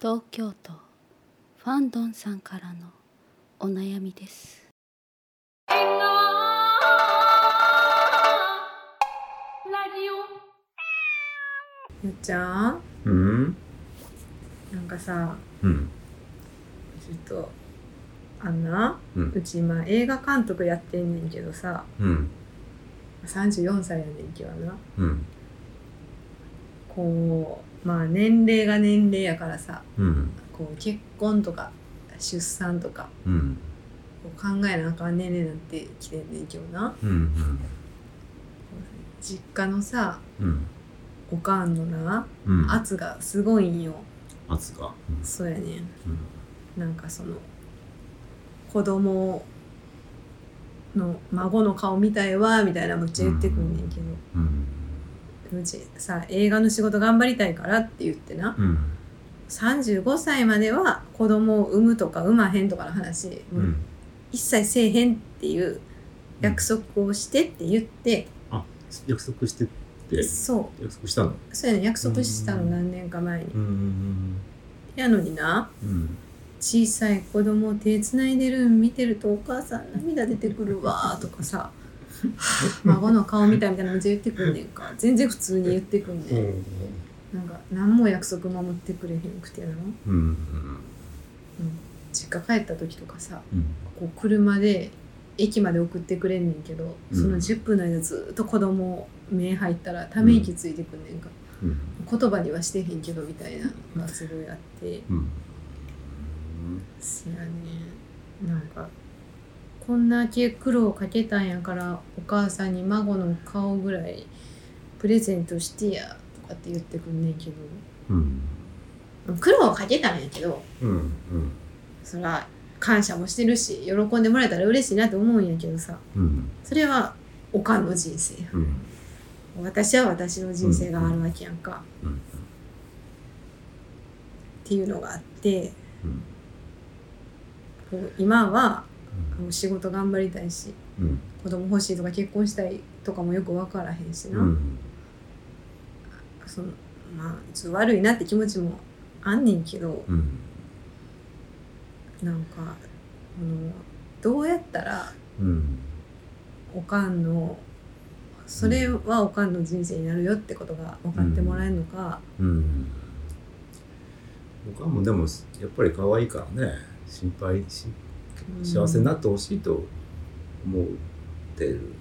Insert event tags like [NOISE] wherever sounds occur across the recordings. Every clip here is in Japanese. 東京都ファンドンさんからのお悩みですゆっちゃんうんなんかさうんちょっとあんな、ううんち今映画監督やってんねんけどさうん34歳やねんけどなうんこうまあ年齢が年齢やからさうんこう結婚とか出産とかうんこう考えなあかん年齢になってきてんねんけどなうんうん実家のさうんおかんのなうん圧がすごいんよ圧がそうやねんうんなんかその子供の孫の顔見たいわみたいなむっちゃ言ってくんねんけど、うんうちさ映画の仕事頑張りたいからって言ってなうん35歳までは子供を産むとか産まへんとかの話、うんうん一切せえへんっていう約束をしてって言って、約束してってそ約束したのうそうやねん約束したの何年か前に、うんやのになうん小さい子供手つないでるん見てるとお母さん涙出てくるわーとかさ孫の顔見たみたいなのめっちゃ言ってくんねんか全然普通に言ってくんねん、なんか何も約束守ってくれへんくてなうんうん実家帰った時とかさうんこう車で駅まで送ってくれんねんけどその10分の間ずっと子供目入ったらため息ついてくんねんか、うん言葉にはしてへんけどみたいなのがすごいあって。うんそやねなんかこんなけ苦労かけたんやからお母さんに孫の顔ぐらいプレゼントしてやとかって言ってくんねんけうんど苦労かけたんやけどうんそら感謝もしてるし喜んでもらえたら嬉しいなと思うんやけどさうんそれはおかんの人生やうん私は私の人生があるわけやんか、うんっていうのがあってうんこう今はもう仕事頑張りたいしうん子供欲しいとか結婚したいとかもよく分からへんしな、うんそのまあちょっと悪いなって気持ちもあんねんけどうんなんかこのどうやったらうんおかんのそれはおかんの人生になるよってことが分かってもらえるのか、うん。僕はもうでもやっぱり可愛いからね心配しうん幸せになってほしいと思ってる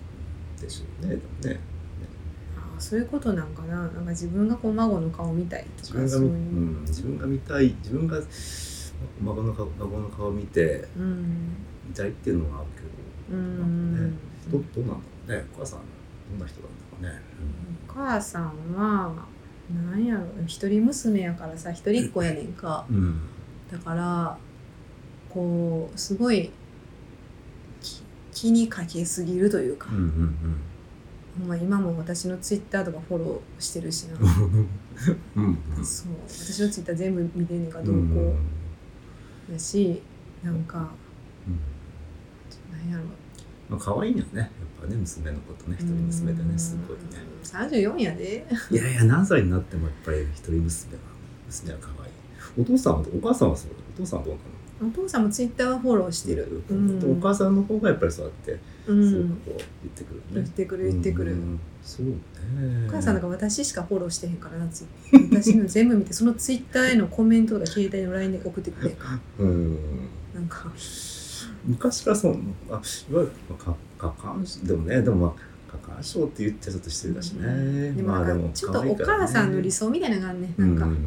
でしょうね多分ねあそういうことなんかななんか自分がこう孫の顔見たいと自か分がそう見いうう、ん、自分が見たい自分が孫の顔孫の顔を見てうん見たいっていうのはあるうんなんけどどどうなんだろうねお母さんどんな人なんだろうね。お母さんはなんやろ一人娘やからさ一人っ子やねんか。うんだからこうすごいき気にかけすぎるというか、うんうんほんま今も私のツイッターとかフォローしてるしな、うんうんそう私のツイッター全部見てんねんかうどうんこうやし、なんかうんなんやろまあ可愛いんよねやっぱね娘のことね一人娘でうねんすごいね。 34やでいやいや何歳になってもやっぱり一人娘は娘は可愛いお父さんはお母さんはそうお父さんはどうなのお父さんもツイッターはフォローしてる、うんお母さんの方がやっぱりそうやってうすごくん、こう言ってくるよ言っね、てくる言ってくる、うんそうねお母さんなんか私しかフォローしてへんからなツイ私の全部見てそのツイッターへのコメントが携帯の LINE で送ってく [LAUGHS] るねんかうんなんか昔からそうあいわゆる過過干渉でもねでもまあ過干渉って言ってちょっと失礼だしね、でもまあなでんもかちょっとお可愛いからね母さんの理想みたいなのがあんねなんうかん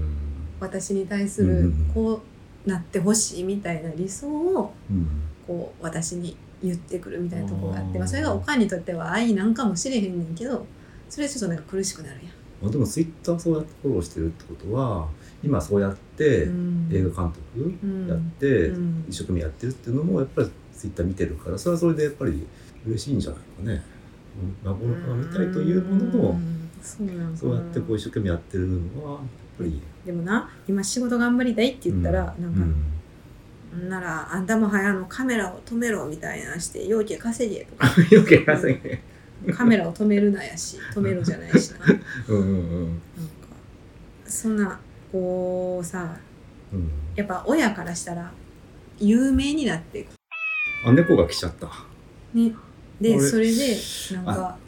私に対すうんうるんこうなってほしいみたいな理想をうんこう私に言ってくるみたいなところがあって、まあ、あーそれがおかんにとっては愛なんかもしれへんねんけどそれはちょっとなんか苦しくなるやまあ、でもツイッターそうやってフォローしてるってことは今そうやって、んうん。映画監督やって、うん一生懸命やってるっていうのもやっぱりツイッター見てるからそれはそれでやっぱり嬉しいんじゃないかね孫の顔見たいというものうのんそうなんかなそうやってこう一生懸命やってるのはやっぱりでもな今仕事頑張りたいって言ったら、うなんか、ならあんたも早のカメラを止めろみたいなして要件稼げとかうん、余計なせんカメラを止めるなや [LAUGHS] し止めろじゃないしな。うんうなんんかそんなこうさうんうんやっぱ親からしたら有名になってあ猫が来ちゃったねで俺それでなんか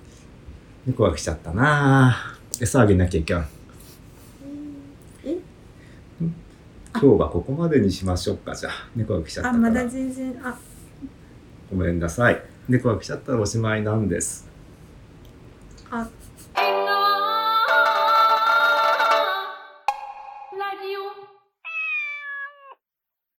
猫が来ちゃったなあ餌あげなきゃいけんえ今日はここまでにしましょうかじゃあ猫が来ちゃっあたまかだら全然あごめんなさい猫が来ちゃったらおしまいなんですあ